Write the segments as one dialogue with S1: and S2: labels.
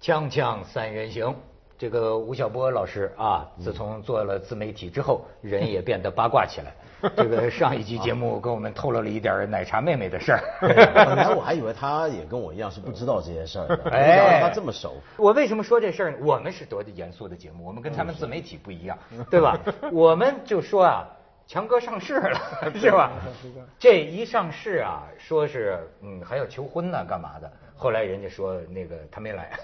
S1: 锵锵三人行，这个吴晓波老师啊，
S2: 嗯
S1: 自从做了自媒体之后，人也变得八卦起 来。这个上一期节目跟我们透露了一点奶茶妹妹的事 儿。
S2: 本来我还以为他也跟我一样是不知道这些事儿的，没想
S1: 哎
S2: 到，他这么熟。
S1: 我为什么说这事儿呢？我们是多严肃的节目，我们跟他们自媒体不一样，
S2: 嗯
S1: 对 吧？我们就说啊，强哥上市了， 是吧？这一上市啊，说是嗯还要求婚呢、干嘛的？后来人家说那个他没 来，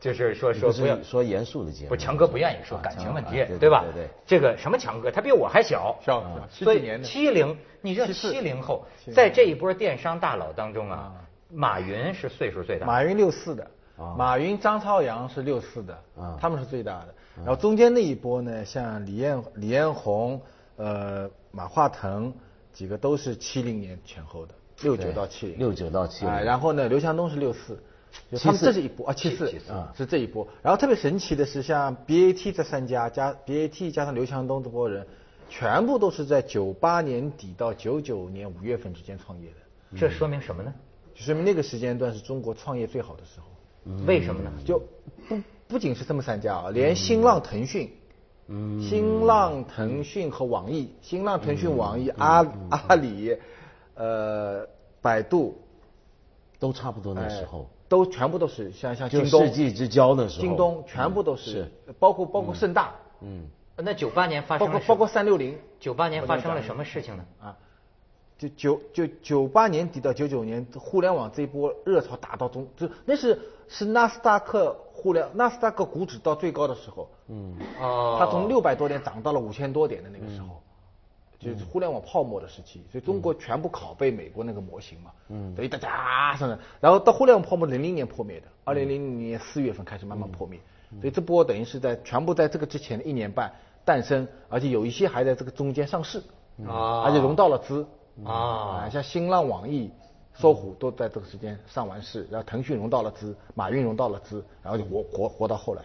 S1: 就是说
S2: 你
S1: 说
S2: 不
S1: 不要
S2: 是说严肃的节目，
S1: 不，强哥不愿意说
S2: 啊
S1: 感情
S2: 强
S1: 问
S2: 啊
S1: 题
S2: 对，
S1: 对吧？
S2: 对对对
S1: 这个什么强哥，他比我还小，
S3: 小
S1: 啊
S3: 是
S1: 所
S3: 几
S1: 以
S3: 年的
S1: 七零，你知道
S3: 74
S1: 七零后
S3: 70
S1: 在这一波电商大佬当中啊，马云是岁数最大的，
S3: 马云六四的
S2: 啊，
S3: 马云、张朝阳是六四的
S2: 啊，
S3: 他们是最大的。然后中间那一波呢，像李彦李彦宏、呃马化腾几个都是七零年前后的，六九
S2: 对
S3: 到七零，
S2: 69到70
S3: 哎然后呢，刘强东是六四。就他们
S2: 74
S3: 这是一波啊，七四
S1: 七四
S2: 啊
S3: 是这一波。然后特别神奇的是，像 BAT 这三家加 BAT 加上刘强东这波人，全部都是在九八年底到九九年五月份之间创业的。
S1: 这说明什么呢？
S3: 就说明那个时间段是中国创业最好的时候。
S1: 为什么呢？
S3: 就不不仅是这么三家啊，
S2: 嗯
S3: 连新浪、腾讯，嗯，新浪、腾讯和网易，新浪、腾
S2: 嗯
S3: 讯、网易、阿阿里，呃，百度，
S2: 都差不多那
S3: 哎
S2: 时候，
S3: 都全部都是像
S1: 哎
S3: 像
S2: 就
S3: 京东
S2: 世纪之交的时候嗯
S3: 京东全部都是
S2: 是，
S3: 包括包括盛大，
S2: 嗯，
S1: 那九八年发
S3: 包
S1: 生了
S3: 括
S1: 什么
S3: 包括三六零
S1: 九八年发生了什么事情呢？
S3: 啊。就九就九八年底到九九年，互联网这一波热潮打到中，就那是是纳斯达克互联纳斯达克股指到最高的时候，嗯，
S1: 哦嗯
S3: 它从六百多点涨到了五千多点的那个时候，就是互联网泡沫的时期，所以中国全部拷贝美国那个模型嘛，嗯，等于大家上来，然后到互联网泡沫零零年破灭
S1: 嗯
S3: 的，二零零零年四月份开始慢慢破灭，所以这波等于是在全部在这个之前的一年半诞生，而且有一些还在这个中间上市，
S1: 啊
S3: 而且融到了资
S1: 啊
S3: 像新浪、网易、搜狐都在这个时间上完市，然后腾讯融到了资，马云融到了资，然后就活活活到后来。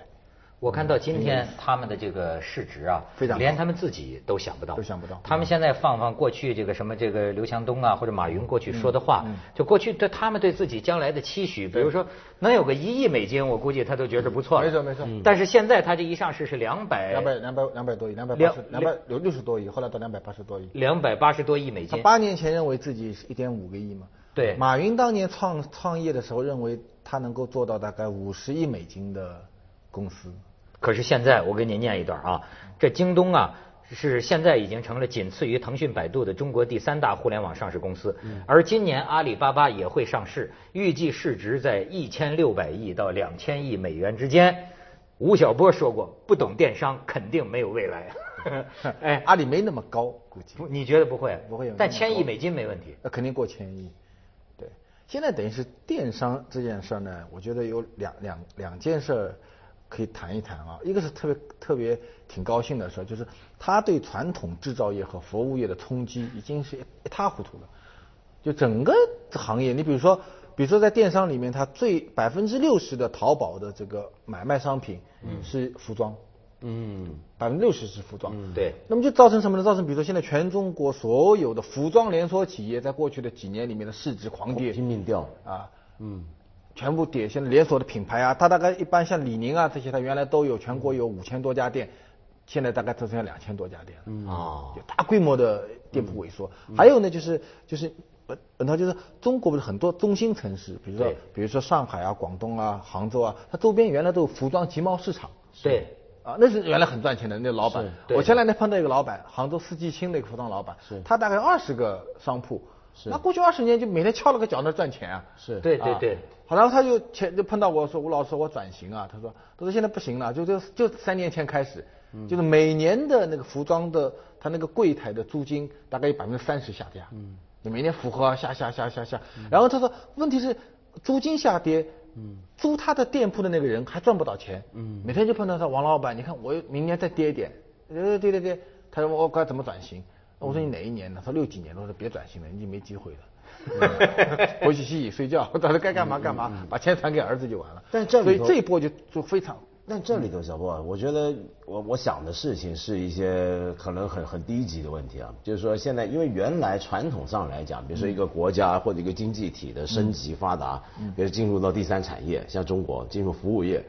S1: 我看到今天他们的这个市值啊，
S3: 非常高
S1: 连他们自己都想不到，
S3: 都想不到
S1: 他们现在放放过去这个什么这个刘强东啊，或者马云过去说的话，
S3: 嗯
S1: 就过去对他们对自己将来的期许，比如说能有个一亿美金，我估计他都觉得不错了。
S3: 没错没错。
S1: 但是现在他这一上市是两百
S3: 两百两百两百多亿，两百八
S1: 哎两
S3: 十两百有六十多亿，后来到两百八十多亿。
S1: 两百八十多亿美
S3: 他
S1: 金，
S3: 八年前认为自己是一点五个亿嘛？
S1: 对
S3: 马云当年创创业的时候，认为他能够做到大概五十亿美金的公司。
S1: 可是现在我给您念一段啊，这京东啊是现在已经成了仅次于腾讯、百度的中国第三大互联网上市公司，
S3: 嗯
S1: 而今年阿里巴巴也会上市，预计市值在一千六百亿到两千亿美元之间。吴晓波说过，不懂电商肯定没有未来。 哎，
S3: 阿里没那么高，估计
S1: 不，你觉得不会？
S3: 不会有那么
S1: 但千亿
S3: 高
S1: 美金没问题。
S3: 呃那肯定过千亿。对，现在等于是电商这件事儿呢，我觉得有两两两件事儿可以谈一谈啊。一个是特别特别挺高兴的事儿，就是它对传统制造业和服务业的冲击已经是一塌糊涂了。就整个行业，你比如说，比如说在电商里面，它最百分之六十的淘宝的这个买卖商品是服装。
S2: 嗯，
S3: 百分之六十是服装，
S1: 对
S3: 那么就造成什么呢？造成比如说现在全中国所有的服装连锁企业在过去的几年里面的市值狂跌，
S2: 拼命掉，
S3: 啊，
S2: 嗯，
S3: 全部跌。现在连锁的品牌啊，它大概一般像李宁啊这些，它原来都有全国有
S2: 嗯
S3: 五千多家店，现在大概只剩下两千多家店了。
S2: 嗯
S1: 哦
S3: 有大规模的店铺萎缩。还有呢，就是就是本本来就是中国不是很多中心城市，比如说
S1: 对
S3: 比如说上海啊、广东啊、杭州啊，它周边原来都有服装集贸市场。
S1: 对，
S3: 啊，那是原来很赚钱的那老板
S2: 是。
S1: 对
S3: 我前两天碰到一个老板，杭州四季青的一个服装老板
S2: 是，
S3: 他大概二十个商铺，那过去二十年就每天翘了个脚那赚钱啊。
S2: 是
S1: 对对
S3: 啊
S1: 对。
S3: 好，然后他就前就碰到我说吴老师，我转型啊。他说，他说现在不行了，就就就三年前开始，就是每年的那个服装的他那个柜台的租金大概有百分之三十下降，嗯，就每年符合啊下下下下下。然后他说，问题是租金下跌，嗯，租他的店铺的那个人还赚不到钱，嗯，每天就碰到他王老板，你看我明年再跌一点，呃跌跌跌，他说我该怎么转型？
S2: 嗯
S3: 我说你哪一年呢？他说六几年了，我说别转型了，你已经没机 会了。嗯回去洗洗睡觉，到时候该干嘛干嘛，把钱传给儿子就完了。
S2: 嗯但这里
S3: 所以
S2: 头
S3: 这一波就就非常
S2: 但这里头小波啊，我觉得我我想的事情是一些可能很很低级的问题啊，就是说现在因为原来传统上来讲，比如说一个国家或者一个经济体的升级发达，比如进入到第三产业，像中国进入服务业，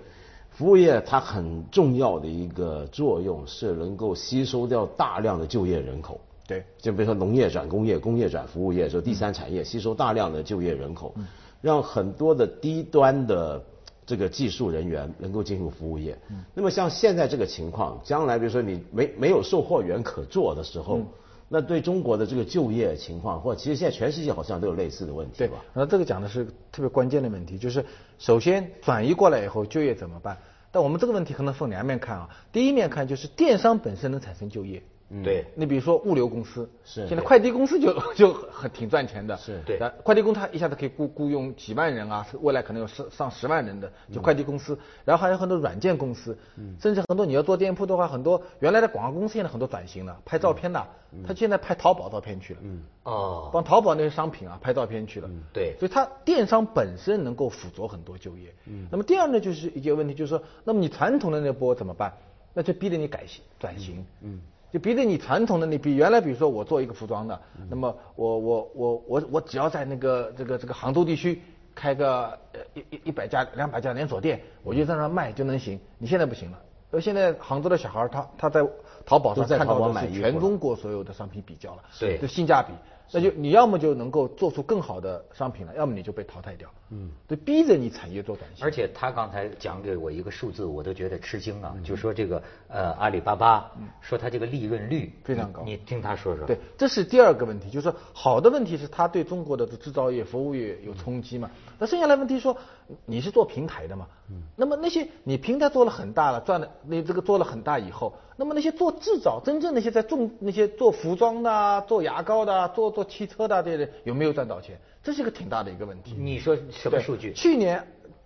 S2: 服务业它很重要的一个作用是能够吸收掉大量的就业人口。
S3: 对，
S2: 就比如说农业转工业、工业转服务业，
S3: 嗯
S2: 就第三产业吸收大量的就业人口，让很多的低端的这个技术人员能够进入服务业。
S3: 嗯
S2: 那么像现在这个情况，将来比如说你没没有售货员可做的时
S3: 嗯
S2: 候，那对中国的这个就业情况，或者其实现在全世界好像都有类似的问题
S3: 对
S2: 吧？
S3: 那这个讲的是特别关键的问题，就是首先转移过来以后就业怎么办？但我们这个问题可能分两面看啊。第一面看就是电商本身能产生就业，
S1: 对，
S3: 你比如说物流公司，
S2: 是
S3: 现在快递公司就就很挺赚钱的，
S2: 是
S1: 对
S3: 呃快递公司它一下子可以雇雇佣几万人啊，是未来可能有上上十万人的，
S2: 嗯
S3: 就快递公司，然后还有很多软件公司，甚至很多你要做店铺的话，很多原来的广告公司现在很多转型了，拍照片的，
S2: 嗯
S3: 他现在拍淘宝照片去了，
S1: 哦，
S3: 帮淘宝那些商品啊拍照片去了。
S2: 嗯
S1: 对
S3: 所以它电商本身能够辅佐很多就业。嗯，那么第二呢，就是一个问题，就是说，那么你传统的那波怎么办？那就逼着你改型转型。嗯。就逼着你传统的，你比原来，比如说我做一个服装的，
S2: 嗯
S3: 那么我我我我我只要在那个这个这个杭州地区开个呃一一一百家两百家连锁店，我就在那卖就能行。你现在不行了，因为现在杭州的小孩儿他他在淘宝
S2: 都
S3: 上
S2: 在
S3: 看
S2: 淘宝
S3: 到的
S2: 买
S3: 是
S2: 衣服
S3: 全
S2: 了
S3: 中国所有的商品比较了，
S1: 对
S3: 就性价比，那就你要么就能够做出更好的商品来，要么你就被淘汰掉。嗯，就逼着你产业做转型。
S1: 而且他刚才讲给我一个数字，我都觉得吃惊
S3: 嗯
S1: 啊，就说这个呃阿里巴巴，说它这个利润率
S3: 非常高
S1: 你你听他说说。
S3: 对，，这是第二个问题，就是说好的问题是它对中国的制造业、服务业有冲击嘛。那剩下来问题说，你是做平台的嘛？
S1: 嗯
S3: 那么那些你平台做了很大了，赚了你这个做了很大以后，那么那些做制造，真正那些在重那些做服装的、啊、做牙膏的、啊、做做汽车的、啊、这些人有没有赚到钱？这是一个挺大的一个问题。
S1: 你说什么
S3: 对
S1: 数据？
S3: 去年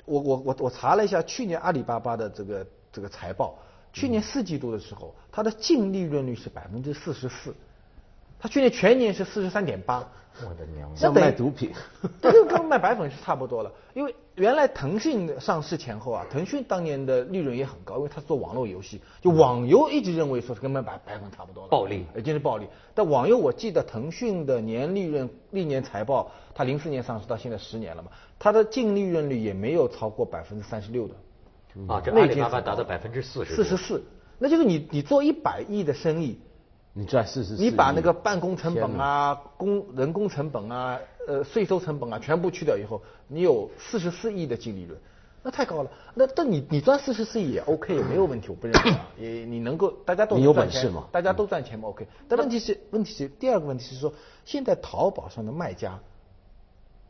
S3: 我我我我查了一下去年阿里巴巴的这个这个财报，去
S1: 嗯
S3: 年四季度的时候，它的净利润率是百分之四十四，它去年全年是四十三点八。
S1: 我的娘！
S2: 像卖毒品，
S3: 这就跟卖白粉是差不多了，因为原来腾讯上市前后啊，腾讯当年的利润也很高，因为它是做网络游戏，就网游一直认为说是跟卖白白粉差不多了，
S1: 暴利
S3: 已经是暴利。但网游我记得腾讯的年利润历年财报，它零四年上市到现在十年了嘛，它的净利润率也没有超过百分之三十六的，
S1: 啊，这
S3: 嗯那
S1: 阿
S3: 已
S1: 里
S3: 经
S1: 巴巴
S3: 很高
S1: 达到
S3: 了
S1: 百分之四十，
S3: 四十四，那就是你你做一百亿的生意，
S2: 你赚四十，
S3: 你把那个办公成本啊、工人工成本啊、呃税收成本啊全部去掉以后，你有四十四亿的净利润，那太高了。那但你你赚四十四亿也 OK，也没有问题，我不认为啊，也你能够大家都
S2: 你有
S3: 赚
S2: 本
S3: 钱
S2: 事嘛嗯
S3: 大家都赚钱嘛 OK。但问题是问题是第二个问题是说，现在淘宝上的卖家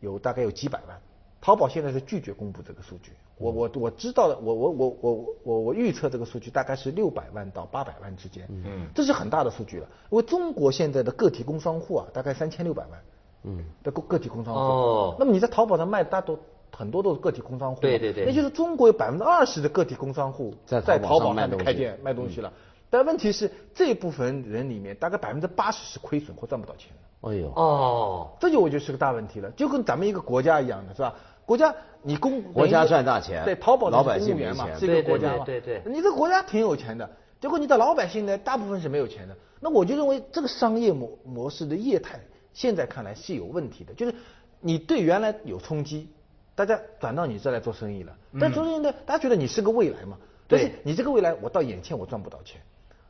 S3: 有大概有几百万。淘宝现在是拒绝公布这个数据，
S2: 嗯
S3: 我我我知道的，我我我我我我预测这个数据大概是六百万到八百万之间，嗯，这是很大的数据了，因为中国现在的个体工商户啊，大概三千六百万，嗯，的个个体工商户，
S1: 哦
S3: 那么你在淘宝上卖，大多很多都是个体工商户嘛，
S1: 对对对
S3: 也就是中国有百分之二十的个体工商户
S2: 在
S3: 在
S2: 淘
S3: 淘
S2: 宝
S3: 宝
S2: 上卖
S3: 上面
S2: 东
S3: 开
S2: 西嗯
S3: 店卖东西了，但问题是这部分人里面，大概百分之八十是亏损或赚不到钱的。
S2: 哎呦，
S1: 哦，
S3: 这就我觉得是个大问题了，就跟咱们一个国家一样的是吧？国家你公
S2: 国家赚大钱
S3: 对淘宝的
S2: 老百姓
S3: 公务员嘛
S2: 没，钱
S3: 是一个国家嘛，
S1: 对对对对
S3: 你这个国家挺有钱的，结果你的老百姓呢，大部分是没有钱的。那我就认为这个商业模模式的业态，现在看来是有问题的，就是你对原来有冲击，大家转到你这来做生意了，
S2: 嗯
S3: 但做生意呢，大家觉得你是个未来嘛，但是
S1: 对
S3: 你这个未来我到眼前我赚不到钱，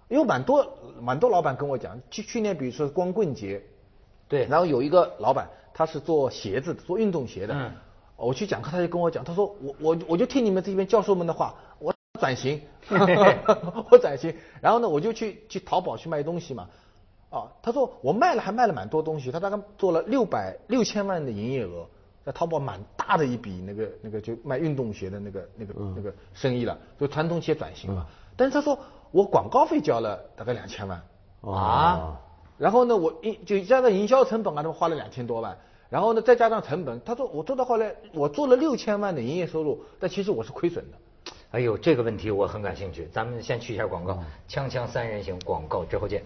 S3: 有蛮多蛮多老板跟我讲，去去年比如说光棍节。
S1: 对，
S3: 然后有一个老板，他是做鞋子的，做运动鞋的。
S1: 嗯
S3: 我去讲课，他就跟我讲，他说我我我就听你们这边教授们的话，我转型，我转型。然后呢，我就去去淘宝去卖东西嘛。啊，他说我卖了还卖了蛮多东西，他大概做了六百六千万的营业额，在淘宝蛮大的一笔那个那个就卖运动鞋的那个那个、那个生意了，就传统企业转型嘛。但是他说我广告费交了大概两千万。
S1: 啊，
S3: 然后呢，我一就加上营销成本啊，他们花了两千多万，然后呢再加上成本，他说我做到后来我做了六千万的营业收入，但其实我是亏损的。
S1: 哎呦，这个问题我很感兴趣，咱们先去一下广
S3: 嗯
S1: 告，锵锵三人行广告之后见。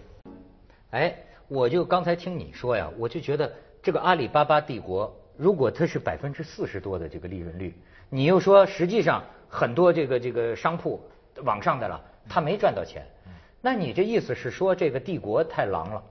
S1: 哎，我就刚才听你说呀，我就觉得这个阿里巴巴帝国，如果它是百分之四十多的这个利润率，你又说实际上很多这个这个商铺往上的了，
S3: 嗯
S1: 他没赚到钱。那你这意思是说这个帝国太狼了？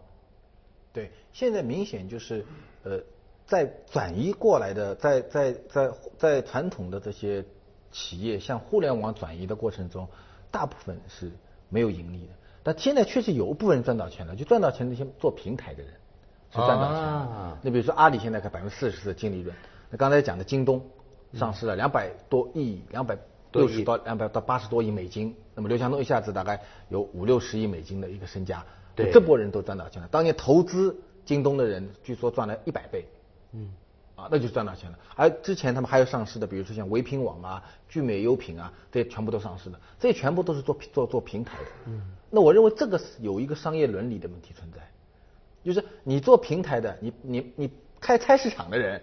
S3: 对，现在明显就是，呃，在转移过来的，在在在在传统的这些企业向互联网转移的过程中，大部分是没有盈利的。但现在确实有部分人赚到钱了，就赚到钱的那些做平台的人是赚到钱了。
S1: 啊
S3: 那比如说阿里现在开百分之四十的净利润，那刚才讲的京东上市了两百多亿，两百
S1: 嗯多
S3: 六
S1: 亿
S3: 十到两百到八十多亿美金，那么刘强东一下子大概有五六十亿美金的一个身家，
S1: 对
S3: 这波人都赚到钱了。当年投资京东的人，据说赚了一百倍，嗯，啊，那就赚到钱了。而之前他们还有上市的，比如说像唯品网啊、聚美优品啊，这些全部都上市的，这些全部都是做做做平台的。嗯，那我认为这个是有一个商业伦理的问题存在。就是你做平台的，你你你开菜市场的人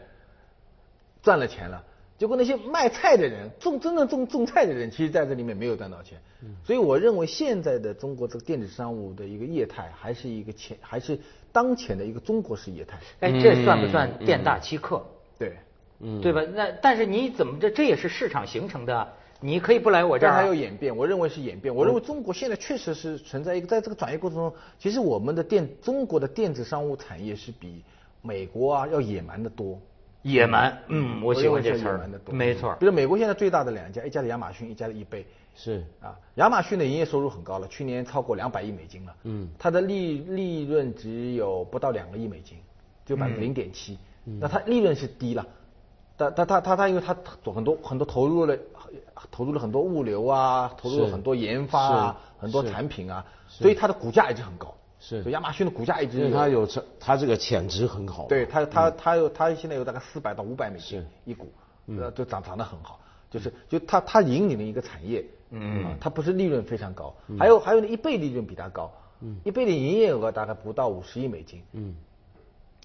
S3: 赚了钱了，结果那些卖菜的人、种真正种种菜的人，其实在这里面没有赚到钱。所以我认为现在的中国这个电子商务的一个业态，还是一个前还是当前的一个中国式业态。
S1: 哎，这算不算店大欺客？
S3: 对，嗯
S1: 对吧？那但是你怎么这这也是市场形成的啊，你可以不来我这儿、
S3: 但
S1: 啊。
S3: 还有演变，我认为是演变。我认为中国现在确实是存在一个，在这个转移过程中，其实我们的电中国的电子商务产业是比美国啊要野蛮的多。
S1: 野蛮，嗯，我喜欢这词
S3: 我认为是野
S1: 儿
S3: 蛮的，多
S1: 没错儿
S3: 比。如美国现在最大的两家，一家是亚马逊，一家是易贝。
S2: 是
S3: 啊，亚马逊的营业收入很高了，去年超过两百亿美金了。嗯，它的利利润只有不到两个亿美金，就百分之零点七。那它利润是低了，但它它它它，因为它做很多很多投入了，投入了很多物流啊，投入了
S2: 是
S3: 很多研发啊，
S2: 是
S3: 很多
S2: 是
S3: 产品啊，所以它的股价一直很高。
S2: 是
S3: 所以亚马逊的股价一
S2: 因为
S3: 直
S2: 它有成它这个潜质很好嘛。
S3: 对它，它它有它现在有大概四百到五百美金
S2: 是
S3: 一股，呃，就涨涨得很好。就是就它它引领了一个产业，嗯、它不是利润非常高，还有还有一倍利润比它高，嗯，一倍的营业额大概不到五十亿美金，嗯，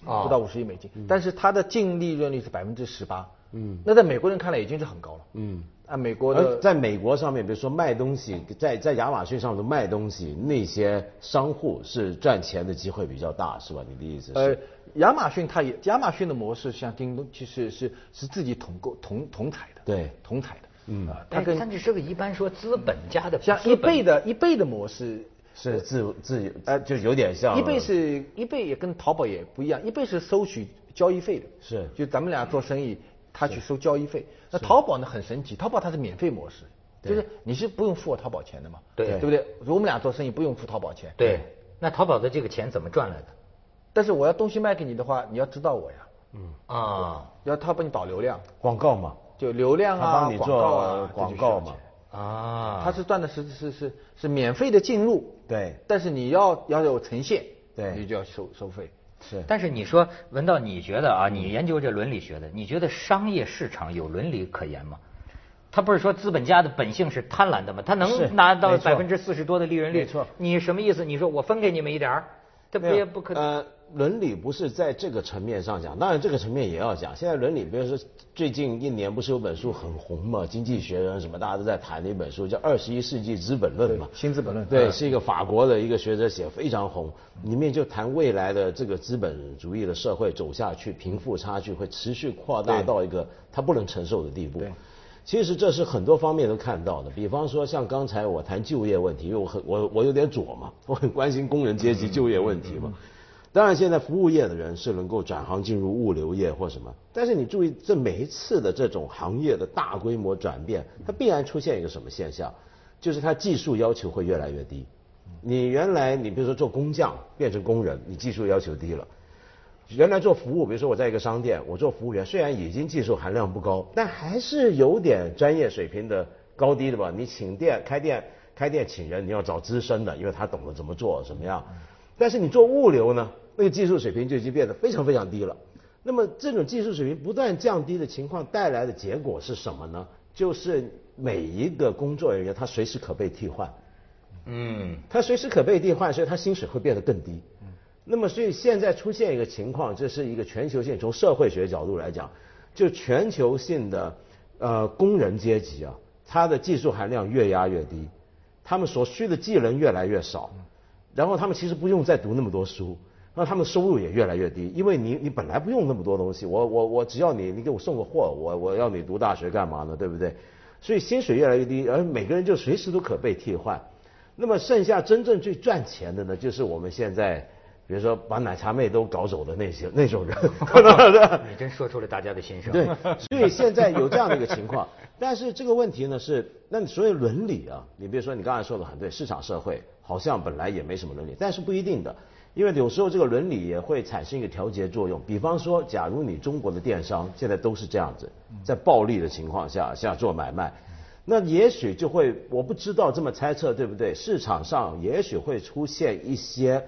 S3: 啊不到五十亿美金，但是它的净利润率是百分之十八，嗯，那在美国人看来已经是很高了，嗯，啊，美国
S2: 而
S3: 的
S2: 在美国上面，比如说卖东西，在在亚马逊上面卖东西，那些商户是赚钱的机会比较大，是吧？你的意思是？
S3: 呃，亚马逊它也亚马逊的模式像京东其实是是自己统购统统采的，
S2: 对
S3: 统采的，嗯，啊，它
S1: 但
S3: 跟
S1: 但是这个一般说资本家的
S3: 像
S1: 资
S3: 一
S1: 本
S3: 倍的一倍的模式，
S2: 是自自由，呃，就有点像
S3: 一倍是一倍也跟淘宝也不一样，一倍是收取交易费的，
S2: 是
S3: 就咱们俩做生意，他去收交易费。那淘宝呢很神奇，淘宝它是免费模式，就是你是不用付我淘宝钱的嘛，
S1: 对
S3: 对不对？我们俩做生意不用付淘宝钱，
S1: 对。那淘宝的这个钱怎么赚来的？
S3: 但是我要东西卖给你的话，你要知道我呀，
S1: 啊
S3: 要他帮你导流量，
S2: 广告嘛，
S3: 就流量
S2: 他
S3: 啊
S2: 帮，你
S3: 广告
S2: 做
S3: 啊，这就
S2: 广
S3: 需要
S2: 告嘛
S3: 钱，
S1: 啊，
S3: 他是赚的是是是是免费的进入，
S2: 对
S3: 但是你要要有呈现，
S2: 对
S3: 你就要收收费。
S2: 是
S1: 但是你说，文道，你觉得啊，你研究这伦理学的，你觉得商业市场有伦理可言吗？他不是说资本家的本性是贪婪的吗？他
S2: 是
S1: 能拿到
S2: 没错
S1: 百分之四十多的利润率，
S2: 没错
S1: 你什么意思？你说我分给你们一点儿，这不
S2: 没
S1: 也
S2: 有
S1: 不可能？
S2: 呃，伦理不是在这个层面上讲，当然这个层面也要讲。现在伦理，比如说最近一年不是有本书很红嘛，《经济学人》什么大家都在谈的一本书，叫《二十一世纪资本论》嘛。
S3: 新资本论
S2: 对，
S3: 嗯
S2: 是一个法国的一个学者写，非常红。里面就谈未来的这个资本主义的社会走下去，贫富差距会持续扩大
S3: 对
S2: 到一个他不能承受的地步
S3: 对。
S2: 其实这是很多方面都看到的，比方说像刚才我谈就业问题，因为我很我我有点左嘛，我很关心工人阶级就业问题
S3: 嗯
S2: 嘛。当然，现在服务业的人是能够转行进入物流业或什么，但是你注意，这每一次的这种行业的大规模转变，它必然出现一个什么现象，就是它技术要求会越来越低。你原来你比如说做工匠变成工人，你技术要求低了。原来做服务，比如说我在一个商店，我做服务员，虽然已经技术含量不高，但还是有点专业水平的高低的吧。你请店开店开店请人，你要找资深的，因为他懂得怎么做怎么样。但是你做物流呢，那个技术水平就已经变得非常非常低了。那么这种技术水平不断降低的情况带来的结果是什么呢？就是每一个工作人员他随时可被替换。
S1: 嗯，
S2: 他随时可被替换，所以他薪水会变得更低。那么，所以现在出现一个情况，这是一个全球性，从社会学角度来讲，就全球性的呃工人阶级啊，他的技术含量越压越低，他们所需的技能越来越少，然后他们其实不用再读那么多书，那他们收入也越来越低，因为你你本来不用那么多东西，我我我只要你你给我送个货，我我要你读大学干嘛呢？对不对？所以薪水越来越低，而每个人就随时都可被替换。那么剩下真正最赚钱的呢，就是我们现在。比如说把奶茶妹都搞走的那些那种人，
S1: 你真说出了大家的心声。
S2: 对，所以现在有这样的一个情况， 但是这个问题呢是，那你所以伦理啊，你比如说你刚才说的很对，市场社会好像本来也没什么伦理，但是不一定的，因为有时候这个伦理也会产生一个调节作用。比方说，假如你中国的电商现在都是这样子，在暴利的情况下下做买卖。那也许就会，我不知道这么猜测对不对？市场上也许会出现一些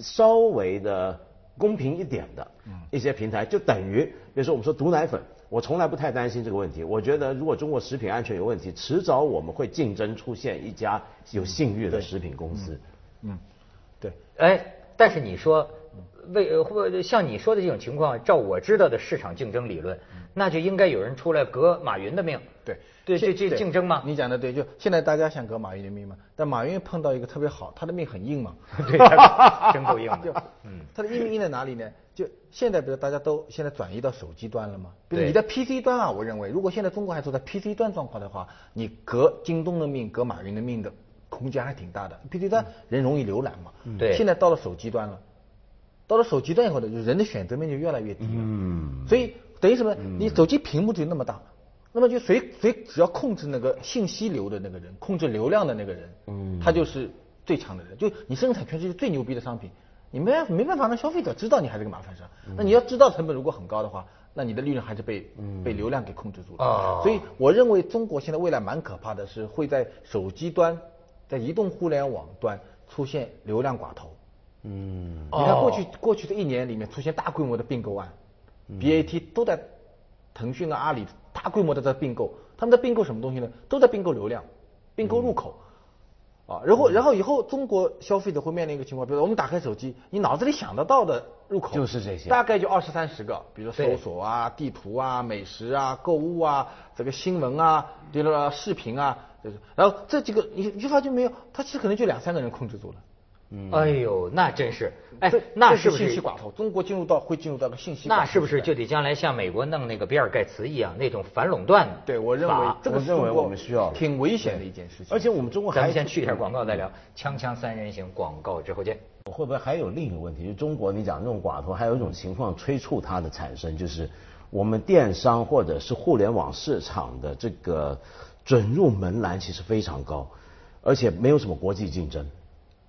S2: 稍微的公平一点的
S3: 嗯
S2: 一些平台，就等于比如说我们说毒奶粉，我从来不太担心这个问题。我觉得如果中国食品安全有问题，迟早我们会竞争出现一家有信誉的食品公司。
S3: 嗯，对，
S1: 哎，但是你说为呃或像你说的这种情况，照我知道的市场竞争理论，那就应该有人出来革马云的命。
S3: 嗯对
S1: 对，这
S3: 现
S1: 这
S3: 对
S1: 竞争嘛，
S3: 你 讲的对，就现在大家想革马云的命嘛，但马云碰到一个特别好，他的命很硬 嘛。
S1: 对，他真够硬
S3: 就
S1: 的。
S3: 嗯，它的硬硬在哪里呢？就现在，比如大家都现在转移到手机端了嘛。比如
S1: 对
S3: 你在 PC 端啊，我认为如果现在中国还处在 PC 端状况的话，你革京东的命，革马云的命的空间还挺大的。PC 端人容易浏览嘛。
S1: 嗯对
S3: 现在到了手机端了，到了手机端以后呢，就人的选择面就越来越低了。
S2: 嗯
S3: 所以等于什么呢？你手机屏幕就那么大，那么就谁谁只要控制那个信息流的那个人，控制流量的那个人，
S2: 嗯
S3: 他就是最强的人。就你生产全世界最牛逼的商品，你没没办法让消费者知道你还是个麻烦事儿。那你要知道成本如果很高的话，那你的利润还是被、被流量给控制住了。
S1: 哦
S3: 所以我认为中国现在未来蛮可怕的是会在手机端，在移动互联网端出现流量寡头。
S2: 嗯
S3: 你看过去过去的一年里面出现大规模的并购案、b
S2: 嗯
S3: a t 都在腾讯啊、阿里大规模的在并购，他们在并购什么东西呢？都在并购流量，并购入口。
S2: 嗯
S3: 啊，然后，然后以后中国消费者会面临一个情况，比如我们打开手机，你脑子里想得到的入口
S2: 就是这些
S3: 大概就二十三十个，比如说
S1: 对
S3: 搜索啊、地图啊、美食啊、购物啊、这个新闻啊、这个视频啊，就是，然后这几个你你就发觉没有，它其实可能就两三个人控制住了。
S1: 哎呦，那真是，哎
S3: 嗯这，
S1: 那
S3: 这
S1: 是不
S3: 信息
S1: 是？
S3: 寡头？中国进入到会进入到个信息寡头时代，
S1: 那是不是就得将来像美国弄那个比尔盖茨一样那种反垄断法？
S3: 对我认为这个
S2: 我
S3: 是
S2: 认为
S3: 中国
S2: 我们需要
S3: 挺危险的一件事情。
S2: 而且我们中国
S1: 咱
S2: 还
S1: 们先去一
S3: 嗯
S1: 下广告再聊。锵锵三人行，广告之后见。
S2: 会不会还有另一个问题？就是中国，你讲这种寡头，还有一种情况催促它的产生，就是我们电商或者是互联网市场的这个准入门槛其实非常高，而且没有什么国际竞争。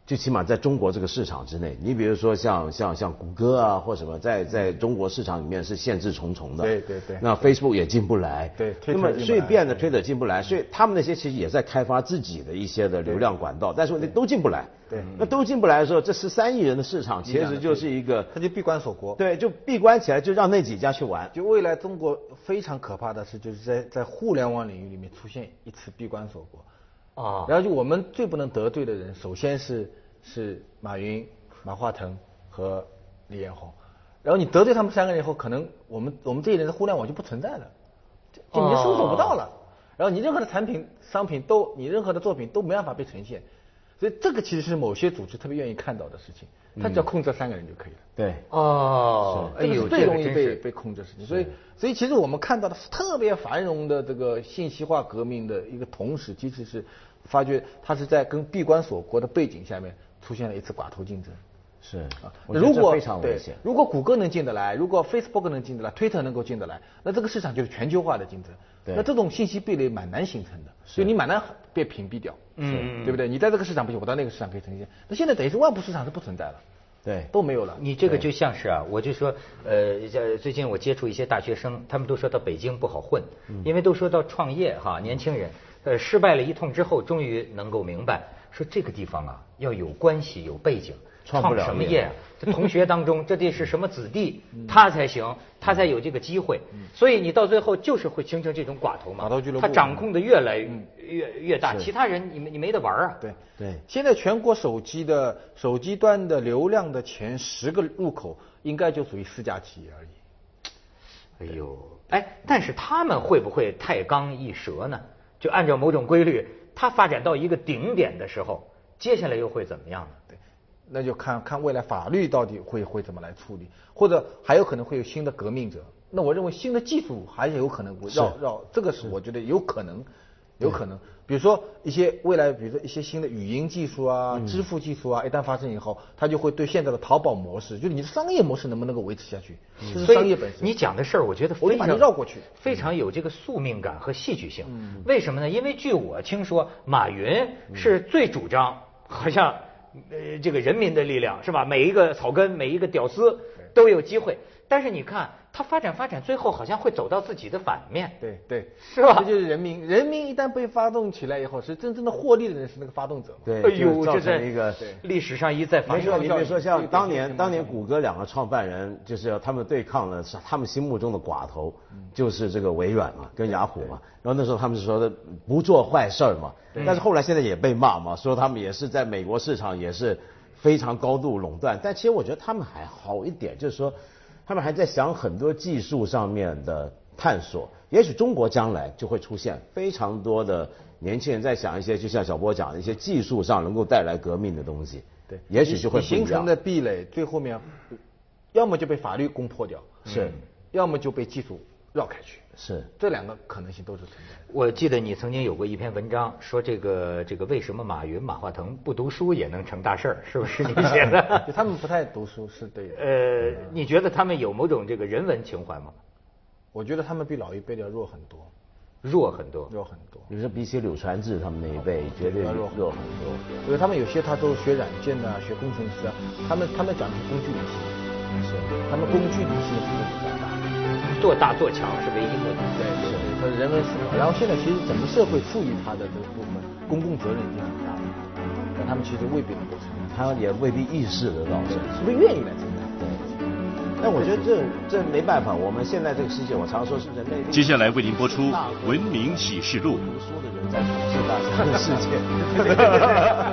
S2: 最起码在中国这个市场之内，你比如说像像像谷歌啊或什么，在在中国市场里面是限制重重的。
S3: 对对对
S2: 那 Facebook 也进不来。
S3: 对
S2: 那
S3: Twitter
S2: 么
S3: 进不
S2: 所以
S3: 来
S2: 变得推的进不来，所以他们那些其实也在开发自己的一些的流量管道，但是问题都进不来。
S3: 对
S1: 嗯
S2: 那都进不来的时候，这十三亿人的市场其实就是一个，
S3: 他就闭关锁国。
S2: 对，就闭关起来，就让那几家去玩。
S3: 就未来中国非常可怕的是，就是在在互联网领域里面出现一次闭关锁国。
S1: 啊
S3: 然后就我们最不能得罪的人，首先是是马云、马化腾和李彦宏。然后你得罪他们三个人以后，可能我们我们这一人的互联网就不存在了，就就你就搜索不到了。然后你任何的产品、商品都，你任何的作品都没办法被呈现。所以这个其实是某些组织特别愿意看到的事情，他只要控制三个人就可以了。
S2: 对，
S1: 哦，哎
S3: 这个
S1: 呦，
S3: 是最
S1: 这个
S3: 容易
S1: 真
S3: 被
S1: 是
S3: 被控制的事情。所以，所以其实我们看到的是特别繁荣的这个信息化革命的一个同时，其实是发觉它是在跟闭关锁国的背景下面出现了一次寡头竞争。
S2: 是
S3: 啊，
S2: 我觉得
S3: 如
S2: 这
S3: 果
S2: 非常危
S3: 对
S2: 险。
S3: 如果谷歌能进得来，如果 Facebook 能进得来，Twitter 能够进得来，那这个市场就是全球化的竞争。
S2: 对
S3: 那这种信息壁垒蛮难形成的，所以你蛮难被屏蔽掉，
S1: 嗯嗯嗯
S3: 对不对？你在这个市场不行，我到那个市场可以呈现。那现在等于是外部市场是不存在了，
S2: 对，
S3: 都没有了。
S1: 你这个就像是啊，我就说，呃，这最近我接触一些大学生，他们都说到北京不好混，
S3: 嗯
S1: 因为都说到创业哈，年轻人，呃，失败了一通之后，终于能够明白，说这个地方啊，要有关系有背景，
S2: 创不了
S1: 什么
S2: 业
S1: 业 啊？这同学当中，这得是什么子弟，
S3: 嗯
S1: 他才行，他才有这个机会。所以你到最后就是会形成这种寡头嘛，
S3: 寡头俱乐部嗯
S1: 他掌控的越来越越大，其他人你没你没得玩儿啊。
S3: 对
S2: 对
S3: 哎现在全国手机的手机端的流量的前十个入口，应该就属于四家企业而已。
S1: 哎呦，哎，但是他们会不会太刚一折呢？就按照某种规律，它发展到一个顶点的时候，接下来又会怎么样呢？
S3: 对，那就看看未来法律到底会会怎么来处理，或者还有可能会有新的革命者。那我认为新的技术还是有可能会绕绕，这个是我觉得有可能有可能。比如说一些未来，比如说一些新的语音技术啊、支付技术啊，一旦发生以后，它就会对现在的淘宝模式，就是你的商业模式能不能够维持下去，这是
S1: 所
S3: 商业
S1: 以
S3: 本身。
S1: 你讲的事儿，我觉得
S3: 我
S1: 非
S3: 就把
S1: 常
S3: 你绕过去，嗯
S1: 非常有这个宿命感和戏剧性。为什么呢？因为据我听说，马云是最主张，
S3: 嗯
S1: 好像呃这个人民的力量是吧？每一个草根，每一个屌丝都有机会。但是你看他发展发展，最后好像会走到自己的反面。
S3: 对对，
S1: 是吧
S3: 这就是人民，人民一旦被发动起来以后，是真正的获利的人是那个发动者嘛。
S2: 对，
S1: 哎
S2: 就
S1: 呦，
S2: 造
S1: 这
S2: 成
S1: 在
S2: 一个。
S1: 历史上一再反
S2: 没
S1: 映
S2: 错，。你比如说
S3: 对
S2: 像
S3: 对
S2: 当
S3: 对
S2: 年
S3: 对
S2: 当年谷歌两个创办人，就是他们对抗了他们心目中的寡头，就是这个微软嘛，跟雅虎嘛。然后那时候他们是说的不做坏事儿嘛，但是后来现在也被骂嘛，说他们也是在美国市场也是非常高度垄断。但其实我觉得他们还好一点，就是说他们还在想很多技术上面的探索。也许中国将来就会出现非常多的年轻人在想一些，就像小波讲的一些技术上能够带来革命的东西。
S3: 对，
S2: 也许就会
S3: 你
S2: 不
S3: 形
S2: 一样
S3: 成的壁垒，最后面要么就被法律攻破掉，嗯
S2: 是
S3: 要么就被技术绕开去，
S2: 是，
S3: 这两个可能性都是存在的。
S1: 我记得你曾经有过一篇文章，说这个这个为什么马云马化腾不读书也能成大事儿，是不是你写的？
S3: 就他们不太读书是对的，
S1: 呃，你觉得他们有某种这个人文情怀吗？
S3: 我觉得他们比老一辈的要弱很多，
S1: 弱很多。
S3: 弱很多。
S2: 你说比起柳传志他们那一辈，绝对
S3: 要弱
S2: 啊弱
S3: 很
S2: 很
S3: 多
S2: 多。
S3: 因为他们有些他都学软件的、啊，学工程师啊，他们他们讲的是工具理性，
S2: 是，
S3: 他们工具理性是比较大的。
S1: 做大做强是唯一目的。
S3: 对，是他的人文思考。然后现在其实整个社会赋予他的这个部分公共责任已经很大了，但他们其实未必能够承担，
S2: 他也未必意识得到这个。
S3: 是不是愿意来承担？
S2: 但我觉得这这没办法，我们现在这个世界，我常说是人类
S4: 接下来为您播出《文明启示录》。
S2: 读书的人在统治大家的世界。